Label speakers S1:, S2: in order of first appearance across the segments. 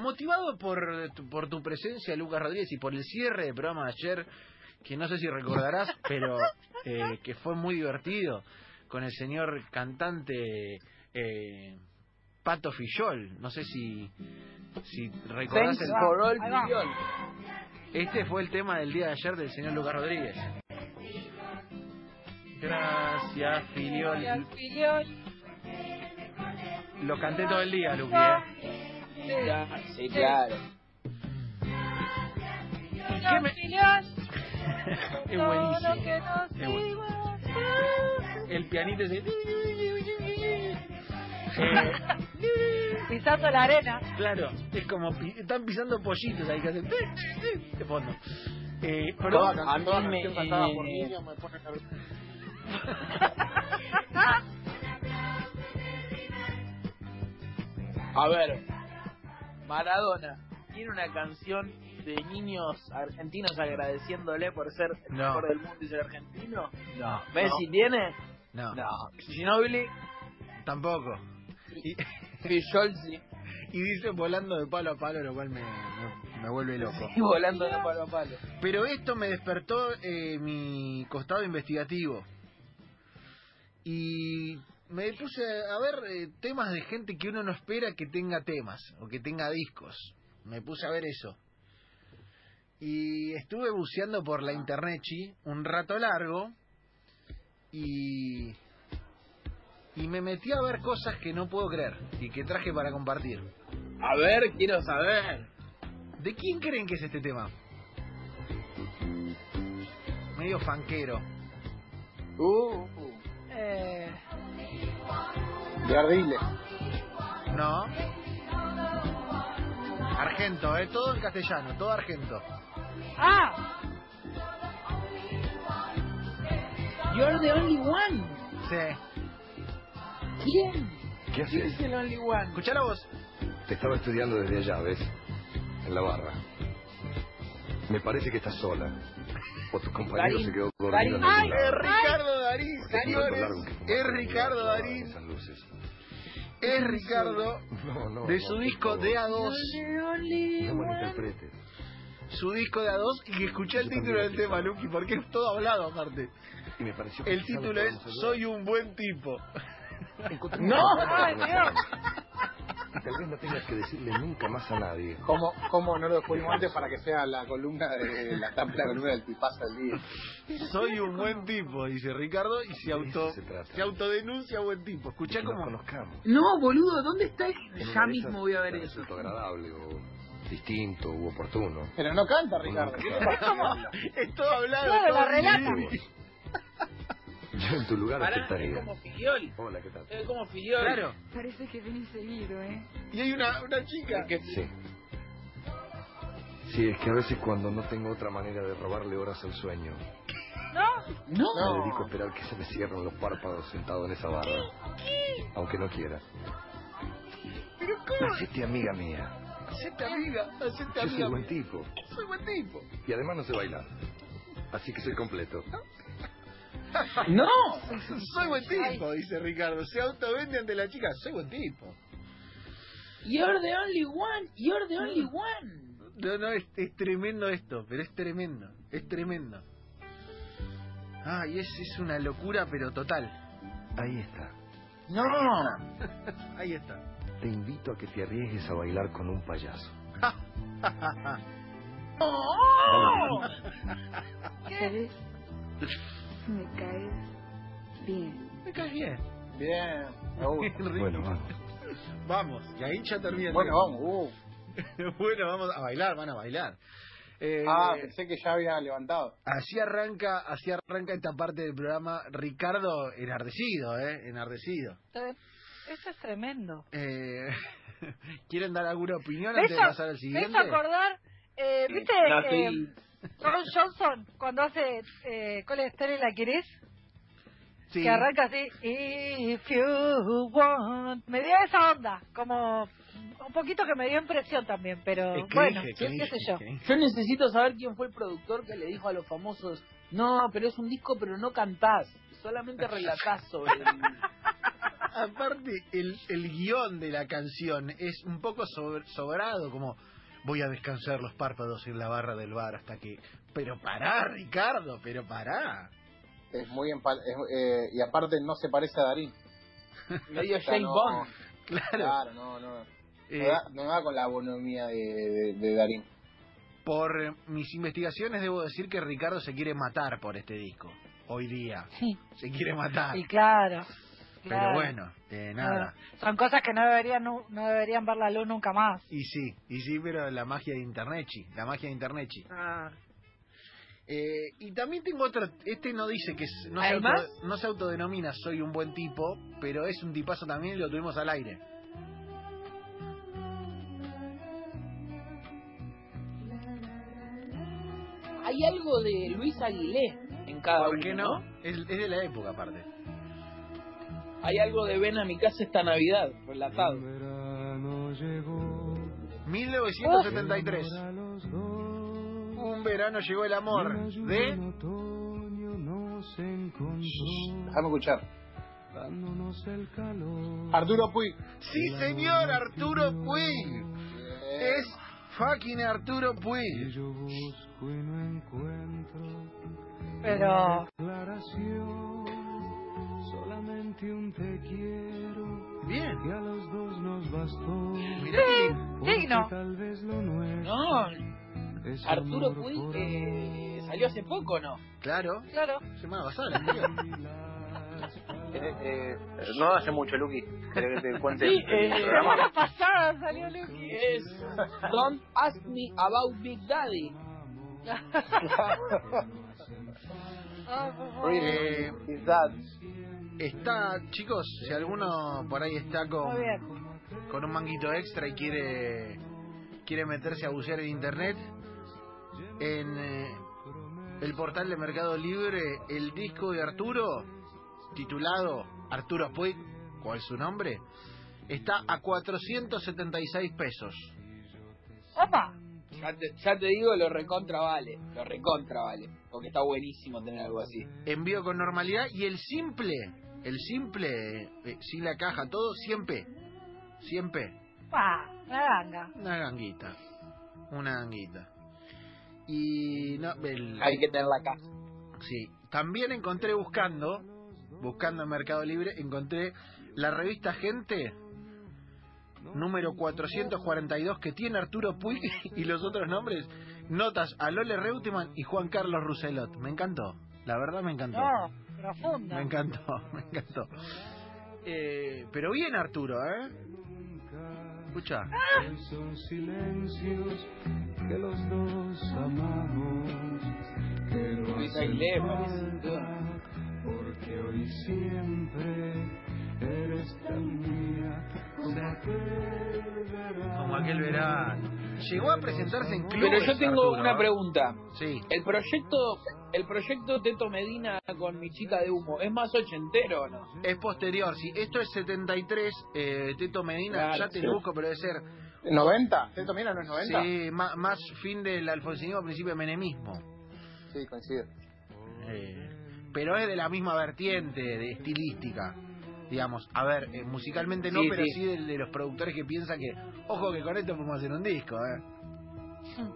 S1: motivado por, tu- por tu presencia, Lucas Rodríguez, y por el cierre del programa de ayer, que no sé si recordarás, pero eh, que fue muy divertido, con el señor cantante eh, Pato Fillol. No sé si, si recordás
S2: Thanks
S1: el...
S2: for all
S3: Ahí va.
S2: million.
S1: Este fue el tema del día de ayer del señor Lucas Rodríguez. Gracias, Filiol.
S3: Filiol.
S1: Lo canté todo el día, Luqui. ¿eh?
S2: Sí, claro.
S1: ¿Qué me-
S3: Filiol.
S1: Es
S3: Todo lo
S1: buenísimo.
S3: que nos
S1: Es bu-
S3: iguala.
S1: El pianito ese... Eh,
S3: Pisando la arena.
S1: claro, es como pi- están pisando pollitos ahí que hacen de fondo. Eh, pero
S2: Toda
S1: bueno,
S2: can- toda
S4: A mí me-
S2: canción cantada por
S4: eh,
S2: Miriam me pone nervioso. A ver, Maradona tiene una canción de niños argentinos agradeciéndole por ser el
S1: No.
S2: mejor del mundo y ser argentino.
S1: no,
S2: Messi tiene,
S1: no,
S2: no. Ginobili,
S1: tampoco. Y,
S2: Fijol sí,
S1: y dice volando de palo a palo, lo cual me, me- me vuelve loco.
S2: y volando de palo a palo.
S1: Pero esto me despertó eh, mi costado investigativo. Y me puse a ver eh, temas de gente que uno no espera que tenga temas o que tenga discos. Me puse a ver eso. Y estuve buceando por la internet chi, un rato largo y y me metí a ver cosas que no puedo creer y que traje para compartir.
S2: A ver, quiero saber.
S1: ¿De quién creen que es este tema? Medio fanquero.
S2: Uh,
S3: Eh,
S2: de Ardiles.
S1: No. Argento, ¿eh? Todo en castellano, todo argento.
S3: ah,
S2: You're the only one.
S1: Sí.
S2: ¿Quién?
S5: ¿Qué
S2: ¿Quién
S5: haces?
S2: es el only one?
S1: Escuchá la voz.
S5: Te estaba estudiando desde allá, ¿ves? En la barra. Me parece que estás sola. O tu compañero
S2: Darín.
S5: se quedó dormido. en
S3: Ay,
S5: algún
S1: Es
S5: lado.
S1: Ricardo Darín,
S5: Es un rato largo
S1: señores.
S5: que fumaba
S1: Es
S5: con
S1: Ricardo
S5: una
S1: Darín.
S5: esas luces.
S1: Es Ricardo
S5: No, no,
S1: de
S5: no,
S1: su
S5: por
S1: disco
S5: favor.
S1: de A2.
S5: No malinterpretes.
S1: Su disco de A2 y que escuché el
S5: Yo
S1: título
S5: también,
S1: del tema,
S5: claro.
S1: Luqui, porque es todo hablado aparte.
S5: Y me pareció que
S1: El
S5: quizás
S1: título
S5: nos
S1: es
S5: podamos
S1: Soy un buen tipo.
S5: ayudar. Encontré
S2: ¡No!
S5: una forma de
S3: ¡Ay,
S5: hablar. Y Tal vez no tengas que decirle nunca más a nadie.
S6: ¿Cómo, ¿Cómo no lo descubrimos antes para que sea la columna de la tapa de la columna del tipazo del día?
S1: Soy un buen tipo, dice Ricardo, y se,
S5: De
S1: auto,
S5: eso se trata.
S1: se autodenuncia buen tipo. Escuchá
S5: Que nos
S1: como...
S5: conozcamos.
S2: No, boludo, ¿dónde está?
S5: En una
S2: Ya
S5: de
S2: mismo
S5: esas
S2: voy a ver
S5: te
S2: eso.
S5: resulta agradable o distinto u oportuno.
S6: Pero no canta, Ricardo.
S5: Nunca
S6: ¿Qué
S5: sabe.
S6: le pasa?
S1: Es todo hablado.
S3: Claro,
S1: todo
S3: la relata.
S1: escrito.
S5: Yo en tu lugar
S2: Pará, es
S5: aceptaría.
S2: como Filiol.
S5: Hola, ¿qué tal?
S2: Es como Filiol.
S1: Claro.
S3: parece que venís seguido, ¿eh?
S1: Y hay una, una chica.
S2: Porque
S5: Sí. Sí, es que a veces cuando no tengo otra manera de robarle horas al sueño,
S3: ¿No?
S2: No.
S5: me dedico a esperar que se me cierren los párpados sentado en esa barra. Aunque no quiera.
S1: Pero ¿cómo?
S5: Hacete amiga mía.
S1: Hacete amiga, hacete
S5: Yo soy
S1: amiga.
S5: buen tipo.
S1: Soy buen tipo.
S5: Y además no sé bailar. Así que soy completo.
S2: No.
S1: Soy buen tipo, dice Ricardo. Se autovende ante la chica. Soy buen tipo.
S2: You're the only one. You're the only one.
S1: No, no, es, es tremendo esto, pero es tremendo. Es tremendo. Ah, y es, es una locura, pero total.
S5: Ahí está.
S2: No.
S1: Ahí está.
S5: Te invito a que te arriesgues a bailar con un payaso.
S3: ¡Oh! ¿Qué?
S7: Me caes bien.
S1: Me caes bien.
S6: Bien, me gusta.
S5: Bueno, vamos.
S1: Vamos, y ahí ya termina.
S6: Bueno, vamos. uh.
S1: bueno, vamos a bailar, van a bailar. Eh,
S6: Ah, pensé que ya había levantado.
S1: Así arranca, así arranca esta parte del programa. Ricardo enardecido, ¿eh? Enardecido.
S3: Esto es tremendo.
S1: Eh, ¿Quieren dar alguna opinión
S3: Me
S1: antes de
S3: hizo,
S1: pasar al
S3: me
S1: siguiente?
S3: hizo acordar, eh, ¿viste?
S2: No,
S3: eh,
S2: estoy-
S3: Ron Johnson, cuando hace eh, Cole Stanley la querés,
S1: Sí.
S3: que arranca así, if you want, me dio esa onda, como un poquito que me dio impresión también, pero
S1: Es que
S3: bueno,
S1: dije, que
S3: qué, qué
S1: dije,
S3: sé yo.
S1: que dije.
S2: Yo necesito saber quién fue el productor que le dijo a los famosos, no, pero es un disco, pero no cantás, solamente relatás sobre el,
S1: Aparte, el, el guión de la canción es un poco sobre- sobrado, como voy a descansar los párpados en la barra del bar hasta que... Pero pará, Ricardo, pero pará.
S6: Es muy empa- es, eh, y aparte no se parece a Darín.
S2: Medio
S6: O sea,
S2: James
S6: no-
S2: Bond.
S1: Claro.
S6: Claro, no, no.
S1: eh,
S6: No da, no da con la bonomía de, de- de Darín.
S1: por eh, mis investigaciones debo decir que Ricardo se quiere matar por este disco. Hoy día.
S3: Sí,
S1: Se quiere matar.
S3: y claro.
S1: Ah. Pero
S3: claro.
S1: bueno, eh, nada.
S3: Son cosas que no deberían, nu- no deberían ver la luz nunca más.
S1: Y sí, y sí, pero la magia de Internechi, la magia de Internechi.
S3: Ah,
S1: Eh, y también tengo otro, este no dice que es- no, se
S3: ¿Hay
S1: auto-
S3: más?
S1: no se autodenomina soy un buen tipo, pero es un tipazo también y lo tuvimos al aire.
S2: Hay algo de Luis Aguilé en
S3: Ah,
S2: cada
S1: ¿Por
S2: uno,
S1: qué no? Es, es de la época aparte.
S2: Hay algo de Ven a mi casa esta Navidad, relatado.
S3: Oh.
S1: 1973. Un verano llegó el amor de
S6: Déjame escuchar. Arturo Puy.
S1: Sí, señor Arturo Puig. Es fucking Arturo Puig.
S3: pero
S1: Bien. Mirá
S3: sí,
S1: que-
S3: digno.
S2: No, Arturo Puig eh, salió hace poco, ¿no?
S1: Claro,
S3: Claro.
S1: semana pasada. creo.
S4: Eh, no hace mucho, Luqui. ¿Querés que te cuente
S2: Sí,
S4: el
S2: eh,
S4: programa?
S3: Semana pasada salió Lucky.
S2: Es Don't Ask Me About Big Daddy.
S3: Ah, por favor.
S1: Eh,
S6: Is that-
S1: está, chicos, si alguno por ahí está con,
S3: Muy bien.
S1: con un manguito extra y quiere quiere meterse a bucear en internet, en eh, el portal de Mercado Libre, el disco de Arturo, titulado Arturo Puig, ¿cuál es su nombre? Está a 476 pesos.
S3: Opa.
S2: Ya te, ya te digo, lo recontra vale. Lo recontra vale. Porque está buenísimo tener algo así.
S1: Envío con normalidad y el simple, el simple, eh, sin la caja, todo, 100p. 100p.
S3: Pa, una ganga.
S1: Una ganguita. Una ganguita. Y no, el-
S2: Hay que tener la casa.
S1: sí. También encontré buscando, buscando en Mercado Libre, encontré la revista Gente número 442 que tiene Arturo Puig y los otros nombres. Notas a Lole Reutemann y Juan Carlos Rousselot. Me encantó. La verdad me encantó.
S3: No, profunda.
S1: Me encantó, me encantó. Eh, pero bien Arturo, ¿eh? Escucha.
S8: Son silencios que los dos amamos, que no
S2: Luis
S8: hacen
S2: Aguilé,
S8: falta, porque hoy y siempre eres tan mía como aquel verano.
S1: Como aquel verano. Llegó a presentarse en clubes.
S2: Pero yo tengo
S1: Arturo, ¿eh?
S2: una pregunta.
S1: Sí.
S2: El proyecto, el proyecto Teto Medina con mi chica de humo, ¿es más ochentero o no?
S1: Es posterior. Si esto es 73, eh, Teto Medina,
S2: Claro,
S1: ya te
S2: sí.
S1: lo busco, pero debe ser.
S6: ¿90? ¿Esto mira no es 90?
S1: Sí, ma- más, fin del alfonsinismo, principio de menemismo.
S6: Sí, coincide.
S1: Eh, pero es de la misma vertiente de estilística. Digamos, a ver, eh, musicalmente no,
S2: Sí,
S1: pero
S2: sí.
S1: sí, del- de, los productores que piensan que, ojo que con esto podemos hacer un disco, ¿eh?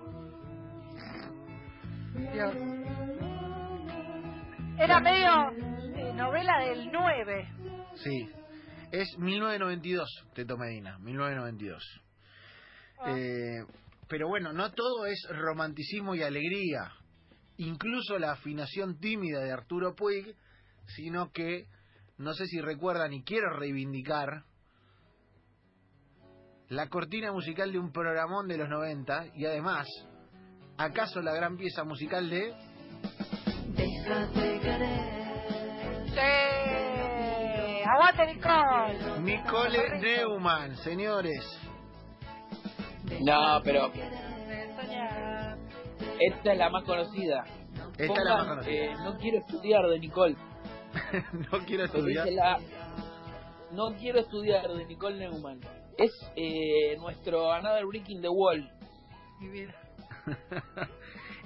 S3: Era medio eh, novela del 9.
S1: Sí. Es 1992, Teto Medina, 1992.
S2: Ah.
S1: Eh, pero bueno, no todo es romanticismo y alegría. Incluso la afinación tímida de Arturo Puig, sino que no sé si recuerdan y quiero reivindicar la cortina musical de un programón de los 90 y además, ¿acaso la gran pieza musical de
S7: Déjate querer.
S3: Sí. Aguante, Nicole.
S1: Nicole Neumann, señores?
S2: No, pero-
S3: De soñar.
S2: Esta es la más conocida.
S1: Esta es la
S2: Pongan,
S1: más conocida.
S2: eh, no quiero estudiar de Nicole.
S1: no quiero
S2: Pero
S1: estudiar.
S2: dice la- no quiero estudiar de Nicole Neumann. Es eh, nuestro Another Breaking the Wall.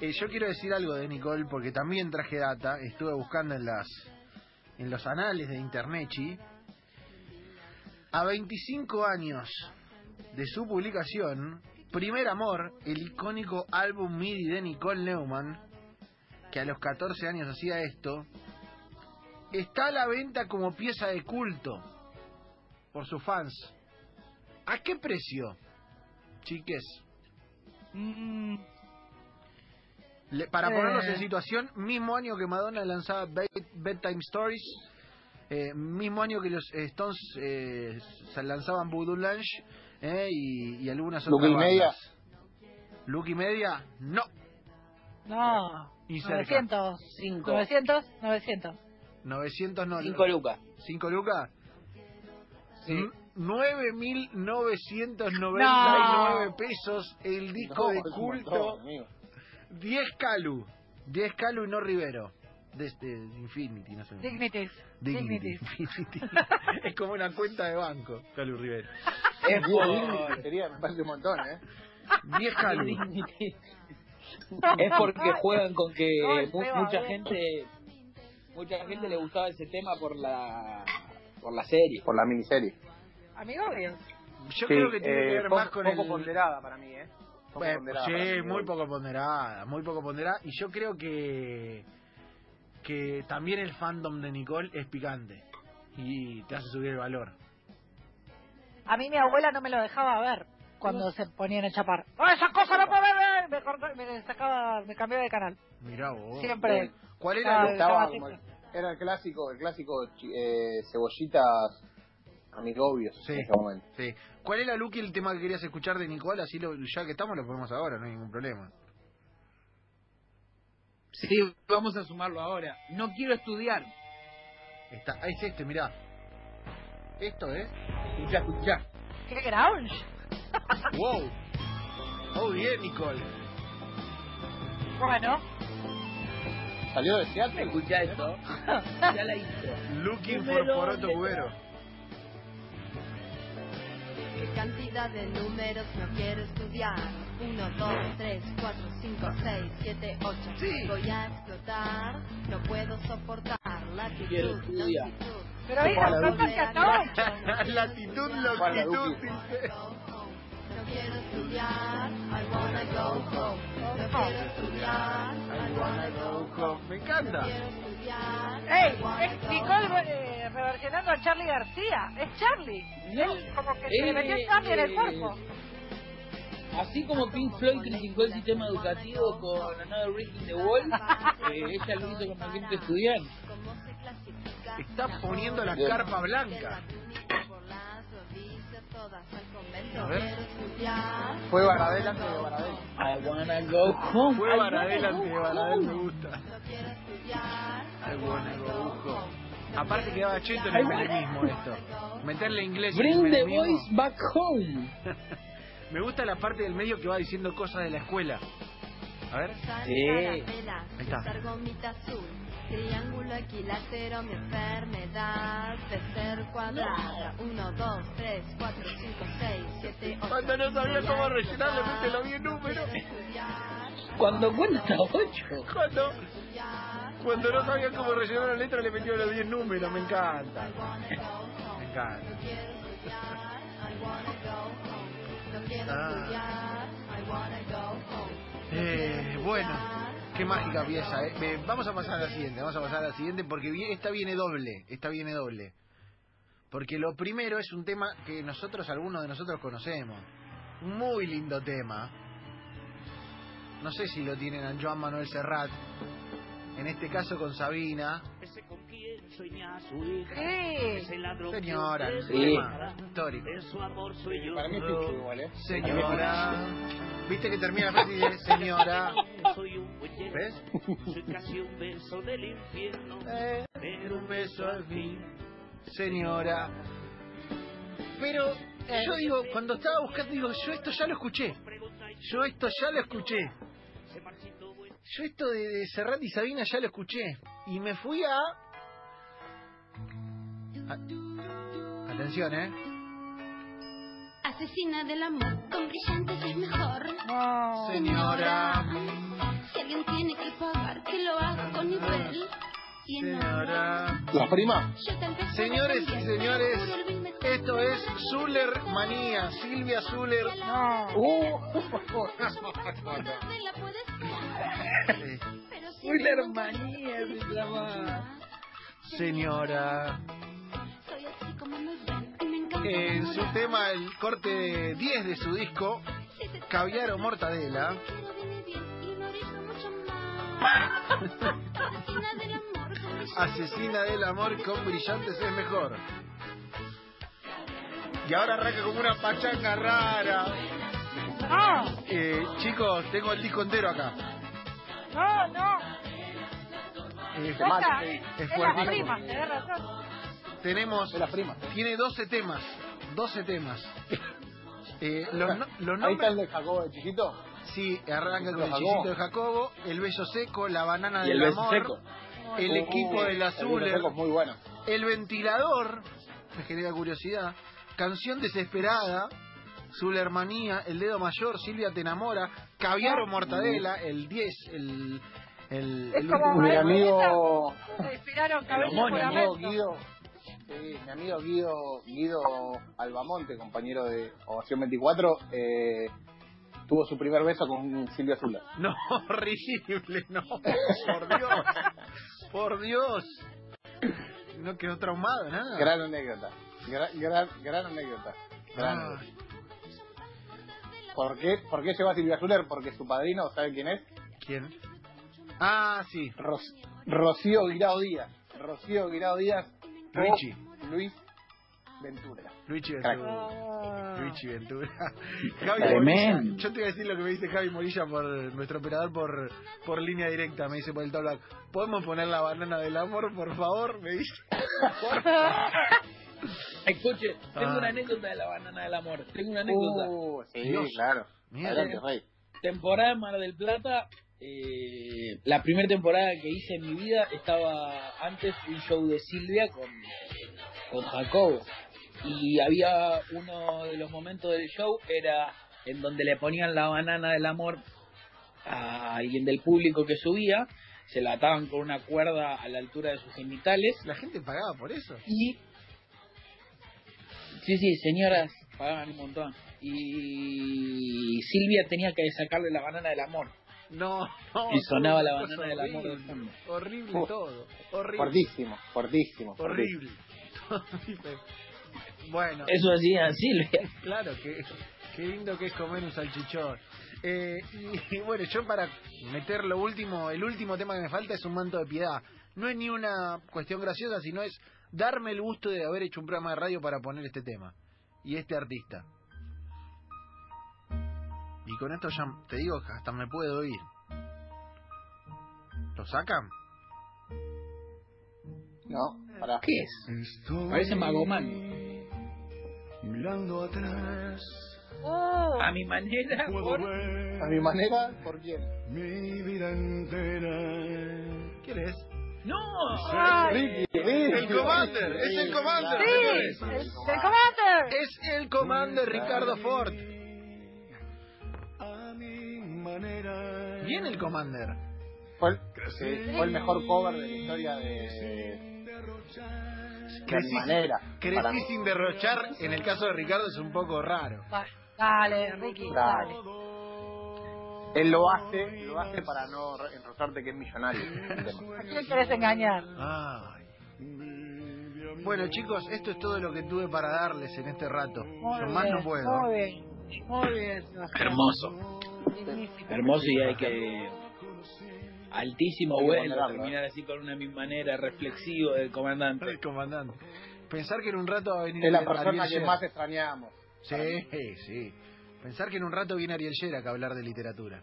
S1: Eh, yo quiero decir algo de Nicole porque también traje data, estuve buscando en las en los anales de Internechi A 25 años de su publicación, Primer Amor, el icónico álbum MIDI de Nicole Neumann, que a los 14 años hacía esto, está a la venta como pieza de culto por sus fans. ¿A qué precio, chiques?
S3: Mm,
S1: Le- para
S3: Eh.
S1: ponernos en situación, mismo año que Madonna lanzaba Be- Bedtime Stories, eh, mismo año que los Stones eh, se lanzaban Voodoo Lunch eh, y, y algunas otras
S6: Luke y media.
S1: bandas. Luke y media, no.
S3: no.
S1: Y cerca.
S3: 900.
S2: Cinco.
S3: 900. 900.
S1: 900 no.
S2: 5 lucas.
S1: 5 lucas.
S2: Sí.
S1: Mm, 9.999
S3: No.
S1: pesos el disco de culto. 10 Calu. 10 Calu y no Rivero. De este Infinity, no sé.
S3: Dignities.
S1: Dignity. Infinity. es como una cuenta de banco, Calu Rivero.
S6: Es por... Sería, me parece un montón, ¿eh?
S1: 10 Calu.
S2: es porque juegan con que
S3: Ay,
S2: mu-
S3: se va
S2: mucha
S3: bien.
S2: gente mucha gente le gustaba ese tema por la por la serie
S6: Por la miniserie.
S3: Amigo, obvio.
S1: Yo creo que tiene que ver más con
S4: eh, poco
S1: el...
S4: ponderada para mí, ¿eh? Poco
S1: Eh,
S4: ponderada para
S1: sí,
S4: mí,
S1: muy
S4: igual.
S1: poco ponderada, muy poco ponderada. Y yo creo que que también el fandom de Nicole es picante y te hace subir el valor.
S3: A mí mi abuela no me lo dejaba ver cuando se ponían a chapar. ¡No, esas cosas ¡Ah, no puedes ver! Me, cortó- me sacaba, me cambiaba de canal.
S1: Mirá vos.
S3: Siempre.
S1: ¿Cuál era?
S3: Ah,
S1: lo-
S6: Estaba
S3: estaba
S6: como el-
S3: tipo-
S6: era el clásico, el clásico chi- eh, cebollitas amigobios
S1: Sí.
S6: en ese momento.
S1: sí. ¿Cuál era Luqui el tema que querías escuchar de Nicole? Así lo, ya que estamos lo ponemos ahora, no hay ningún problema.
S2: sí vamos a sumarlo ahora no quiero estudiar
S1: Está, ah, es este, mirá. Esto, ¿eh?
S2: escuchá escuchá
S3: ¡Qué grunge!
S1: Wow. Oh bien, Nicole.
S3: Bueno,
S6: Salió de Seattle.
S2: escuchá esto ya la hizo
S1: Looking for
S2: Número
S1: Poroto
S2: de-
S1: Cubero.
S7: ¿Qué cantidad de números no quiero estudiar? 1, 2, 3, 4, 5, 6, 7, 8.
S1: Sí.
S7: Voy a explotar, no puedo soportar.
S2: Quiero
S7: Latitud,
S2: estudiar.
S7: longitud.
S3: pero ahí
S6: Hola,
S3: nos faltan que hasta hoy.
S1: Latitud,
S6: Hola,
S1: longitud.
S6: Luqui.
S1: dice.
S7: No quiero estudiar, I wanna go home. No quiero estudiar, I wanna go home.
S1: Me
S7: No
S1: encanta.
S7: quiero estudiar,
S3: ¡Ey!
S7: I wanna
S3: Es
S7: go
S3: Nicole
S7: home.
S3: eh, reversionando a Charlie García. ¡Es Charlie!
S2: No.
S3: Él como que se le
S2: Eh,
S3: metió Charlie en el
S2: eh,
S3: cuerpo.
S2: así como Pink Floyd criticó el sistema educativo con Another Brick in the Wall eh, ella lo hizo con la gente estudiar
S7: ¿Cómo se clasifica?
S1: Está poniendo la
S6: Bien.
S1: carpa blanca. A ver.
S6: Fue Baradel antes de Baradel.
S2: I wanna go home
S1: Fue
S2: I wanna
S1: Baradel
S2: go
S1: ante Baradel, me
S2: home.
S1: gusta. Aparte quedaba cheto en
S2: Ay,
S1: el
S2: bueno.
S1: menemismo esto. Meterle inglés en el
S2: Bring the
S1: menemismo.
S2: boys back home
S1: Me gusta la parte del medio que va diciendo cosas de la escuela. A ver.
S2: Sí.
S1: Ahí está.
S7: Usar gomita azul, triángulo equilátero, mi enfermedad de ser cuadrada. 1, 2, 3, 4, 5, 6, 7, 8.
S1: Cuando no sabía cómo rellenarle, viste, lo vi en número.
S2: cuando cuenta ocho
S1: Cuando, cuando no sabía cómo rellenar la letra, le metió los 10 números. Me encanta. Me encanta. Eh, bueno, qué mágica pieza. eh. Eh, vamos a pasar a la siguiente, vamos a pasar a la siguiente porque vi- esta viene doble, esta viene doble. Porque lo primero es un tema que nosotros, algunos de nosotros conocemos. Un muy lindo tema. No sé si lo tienen a Joan Manuel Serrat. En este caso con Sabina.
S9: Ese con quien sueña su hija.
S3: Sí.
S9: Ese ladrón que
S1: Señora,
S9: usted
S1: un
S2: Sí.
S1: tema histórico.
S9: En su amor soy yo.
S6: Para mí es Pichu igual, ¿eh?
S1: Señora. Viste que termina la frase y dice, señora.
S9: Soy un buen yerno,
S1: ¿Ves?
S9: Soy casi un beso del infierno.
S1: Eh,
S9: Pero un beso al fin.
S1: señora. Pero yo digo, cuando estaba buscando, digo, yo esto ya lo escuché.
S9: Pregunta y
S1: Yo esto ya lo escuché.
S9: se marchitó buen
S1: Yo esto de, de Serrat y Sabina ya lo escuché. Y me fui a... a- Atención, ¿eh?
S7: Asesina del amor, con brillantes es mejor.
S3: No.
S1: Señora.
S7: Si alguien tiene que pagar, que lo haga con nivel. Y en
S1: Señora.
S6: ¿La prima?
S7: Yo te empecé
S1: Señores y
S7: defendiendo,
S1: señores,
S7: pero el bien me está
S1: Esto Esto es Zuller Manía, Silvia Zuller.
S3: No.
S6: Uh,
S1: Oh.
S7: Uy, la hermanía
S2: se llama.
S1: Señora.
S7: Soy así como me ven y me encanta
S1: En su
S7: enamorar.
S1: tema, el corte 10 de su disco,
S7: Si te
S1: Caviar o Mortadela.
S7: quiero, viene bien y no orizo mucho más. Asesina del amor, con mis
S1: Asesina del amor con brillantes es mejor. Y ahora arranca como una pachanga rara.
S3: No,
S1: Eh, chicos, tengo el disco entero acá.
S3: no, no.
S1: Eh,
S3: Ya está.
S1: es
S3: Es las
S1: fuertísimo.
S3: primas, tenés razón.
S1: Tenemos,
S6: de las primas.
S1: tiene 12 temas. 12 temas. Eh, los, no- los
S6: Ahí está
S1: nombres.
S6: el de Jacobo, el chiquito.
S1: Sí, arranca con
S6: Lo
S1: el
S6: Jacobo.
S1: hechicito de Jacobo, el beso seco, la banana
S6: Y el
S1: del
S6: beso
S1: amor,
S6: seco.
S1: el
S6: Uh,
S1: equipo del azul,
S6: El beso seco es muy bueno.
S1: El ventilador, me genera curiosidad. Canción desesperada, Zulermanía, El dedo mayor, Silvia te enamora, Caviar o Mortadela, el 10, el. el,
S3: Es
S1: el
S3: como
S1: último.
S6: Mi
S3: Maestro,
S6: amigo,
S3: Se inspiraron cabello
S6: mi
S3: por
S6: amigo
S3: América.
S6: Guido, sí, mi amigo Guido, Guido Albamonte, compañero de Ovación 24, eh, tuvo su primer beso con Silvia Zula.
S1: No, horrible, no. Por Dios. Por Dios. No quedó traumado, nada.
S6: Gran anécdota, gran, gran, gran anécdota. Gran
S1: Ah,
S6: anécdota. ¿Por qué, ¿Por qué lleva a Silvia Zuller? Porque su padrino, ¿sabe quién es?
S1: ¿Quién? Ah, sí.
S6: Ros- Rocío Guirao Díaz. Rocío Guirao Díaz. o
S1: Richie.
S6: Luis Ventura.
S1: Luigi
S6: Crack.
S1: Ventura.
S3: Ah.
S1: Luigi Ventura. Javi
S6: Tremendo.
S1: Morilla. Yo te voy a decir lo que me dice Javi Morilla por nuestro operador por, por línea directa. Me dice por el tablac. ¿Podemos poner la banana del amor, por favor? Me dice.
S2: Escuche, tengo
S1: Ah.
S2: una anécdota de la banana del amor. Tengo una
S1: Oh.
S2: anécdota.
S6: Uh, sí,
S1: Dios.
S6: claro.
S1: Mierda.
S6: Adelante, Rey.
S2: temporada en Mar del Plata, eh, la primera temporada que hice en mi vida estaba antes un show de Silvia con, con Jacobo. Y había uno de los momentos del show era en donde le ponían la banana del amor a alguien del público que subía, se la ataban con una cuerda a la altura de sus genitales
S1: La gente pagaba por eso.
S2: y. Sí, sí, señoras pagaban un montón. Y Silvia tenía que sacarle la banana del amor.
S1: No, no.
S2: Y sonaba la
S1: cosa
S2: banana del amor
S1: horrible,
S2: del fondo.
S1: Horrible todo. Horrible.
S6: Fortísimo, fortísimo. fortísimo.
S1: Horrible. bueno,
S2: Eso hacía Silvia.
S1: claro, que, qué lindo que es comer un salchichón. Eh, y, y bueno, yo para meter lo último, el último tema que me falta es un manto de piedad. No es ni una cuestión graciosa, sino es darme el gusto de haber hecho un programa de radio para poner este tema y este artista. Y con esto ya te digo que hasta me puedo ir. ¿Lo sacan?
S6: No, para.
S2: ¿Qué es?
S8: Estoy
S2: Parece Magoman.
S8: mirando atrás.
S3: Uh,
S2: A mi manera,
S8: Puedo
S2: por-
S8: ver
S6: A mi manera, ¿por quién?
S8: mi vida entera.
S1: ¿Quién es?
S2: ¡No!
S1: Ah,
S3: Ay.
S6: Ricky, Ricky.
S1: El Commander, es el Commander,
S3: sí,
S1: señores.
S3: el, el commander.
S1: Es el comando de Ricardo Ford.
S8: A mi manera.
S1: Bien el Commander.
S6: Fue el, sí, fue el mejor cover de la historia de. De
S1: Crecí-
S6: mi manera. para
S1: Crecí
S6: mí.
S1: sin derrochar, en el caso de Ricardo es un poco raro.
S3: Va, Dale, Ricky,
S6: Dale.
S3: dale.
S6: Él lo hace, lo hace para no re- enrosarte que es millonario. el tema.
S3: ¿A quién querés engañar?
S1: Ay. Bueno chicos, esto es todo lo que tuve para darles en este rato.
S3: Muy
S1: Yo más
S3: bien,
S1: no puedo.
S3: Muy bien, muy bien. Sebastián.
S2: Hermoso.
S3: Magnífico.
S2: Hermoso y hay que. Altísimo
S6: Hay que ¿eh?
S2: vuelo.
S6: ponderarlo,
S2: Terminar así con una mi manera reflexivo del comandante.
S1: El comandante. Pensar que en un rato va a venir
S6: Es la
S1: Ariel
S6: persona que
S1: Sher.
S6: más extrañamos.
S1: Sí, sí. Pensar que en un rato viene Ariel Sherak a hablar de literatura.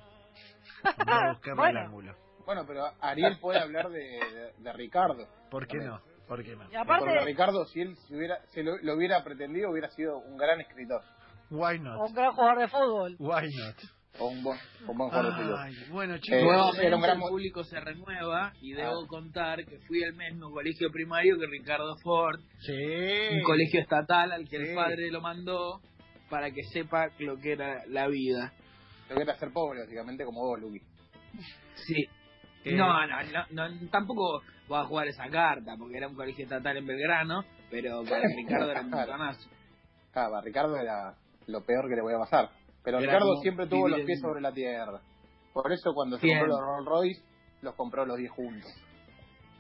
S1: Voy a buscarle
S3: Bueno.
S1: el ángulo.
S6: Bueno, pero Ariel puede hablar de, de- de Ricardo.
S1: ¿Por qué
S6: También.
S1: no? ¿Por qué no?
S3: Y aparte,
S6: Porque Ricardo, si él se hubiera, se lo, lo hubiera pretendido, hubiera sido un gran escritor.
S1: Why not?
S3: un gran jugador de fútbol.
S1: Why not?
S6: O un buen, un buen jugador de fútbol.
S2: Ah.
S1: Ay, bueno
S6: Eh,
S1: chicos.
S2: Nuevamente
S6: era un gran
S2: el
S6: mo-
S2: público se renueva y debo
S6: Ah.
S2: contar que fui al mismo colegio primario que Ricardo Ford,
S1: Sí.
S2: un colegio estatal al que
S1: Sí.
S2: el padre lo mandó para que sepa lo que era la vida.
S6: Lo que era ser pobre, básicamente, como vos, Luqui.
S2: Sí.
S1: Eh.
S2: No, no, no, no, tampoco voy a jugar esa carta porque era un colegio estatal en Belgrano, pero para Ricardo era un montonazo.
S6: Ah, para Ricardo era lo peor que le podía pasar. Pero
S2: Era
S6: Ricardo
S2: como
S6: siempre tuvo
S2: vivir
S6: los
S2: en-
S6: pies sobre la tierra. Por eso cuando se
S2: Bien.
S6: compró los Rolls Royce, los compró los 10 juntos.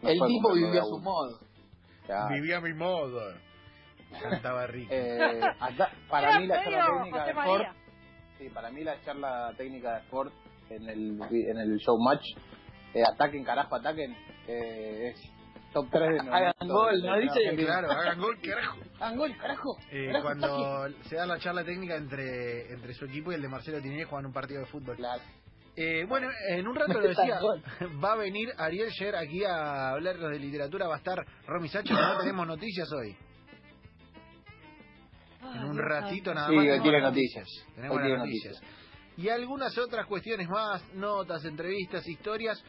S6: No
S2: El
S6: fue
S2: tipo
S6: comprarlo de
S2: vivió a
S6: a
S2: su
S6: uno.
S2: modo.
S6: Claro.
S1: Vivía a mi modo. Cantaba rico.
S6: Eh, acá- para
S3: Era
S6: mí la charla
S3: medio
S6: técnica
S3: José
S6: de Ford,
S3: María.
S6: sí, para mí la charla técnica de Ford en el en el show match, eh, ataquen carajo ataquen, eh, es top 3 de
S2: Hagan gol, ¿no? Dice-
S1: Claro, hagan gol, carajo.
S6: hagan gol, carajo.
S1: Eh,
S6: carajo, ataquen.
S1: cuando se da la charla técnica entre, entre su equipo y el de Marcelo Tinelli juegan un partido de fútbol.
S6: Claro.
S1: Eh, bueno, en un rato lo decía, va a venir Ariel Sher aquí a hablarnos de literatura, va a estar Romy Sacho, que no tenemos noticias hoy. En un ratito nada
S6: Ah, Sí,
S1: más.
S6: hoy
S1: tenemos
S6: tiene
S1: las
S6: noticias.
S1: Tenemos
S6: Hoy
S1: las
S6: tiene
S1: noticias.
S6: noticias.
S1: Y algunas otras cuestiones más, notas, entrevistas, historias,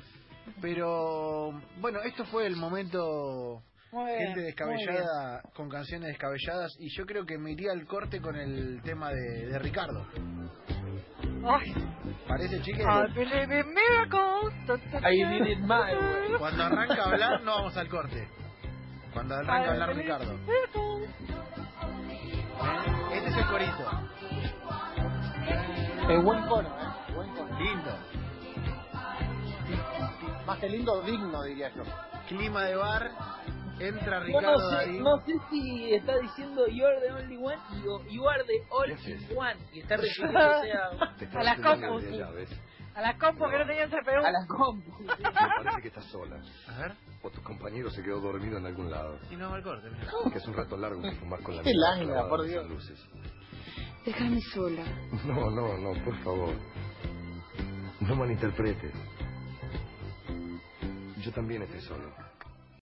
S1: pero bueno, esto fue el momento
S3: Muy bien,
S1: gente
S3: muy bien.
S1: descabellada con canciones descabelladas y yo creo que me iría al corte con el tema de, de Ricardo.
S3: Ay,
S1: ¿Parece, chiques?
S3: I believe in miracles. Ta, ta, ta.
S2: Ahí viene el my way.
S1: Cuando arranca a hablar, no vamos al corte. Cuando arranca a hablar
S3: I believe in
S1: Ricardo.
S3: miracles.
S1: ¿Eh? Este es el corito.
S6: Es buen cono, ¿eh? Buen cono.
S1: Lindo.
S6: Más que lindo, digno, diría yo.
S1: Clima de bar. Entra
S2: Yo no
S1: Ricardo
S2: sé,
S1: ahí.
S2: no sé si está diciendo you are the only one y o you are the only one y está refiriéndose a,
S5: Te
S3: A las
S5: estaba estudiando
S3: compus,
S5: desde
S3: sí.
S5: allá, ¿ves?
S3: A la compu que no tenían CPU.
S2: a la compu.
S5: Me parece que estás sola.
S1: A ver.
S5: O tu compañero se quedó dormido en algún lado.
S1: Y no va al corte. mirá.
S5: Que es un rato largo que fumar con la
S6: Qué
S5: mirada
S6: langa,
S5: clavada
S6: por
S5: en esas
S6: Dios.
S5: luces.
S7: Déjame sola.
S5: No, no, no, por favor. No malinterpretes. Yo también estoy solo.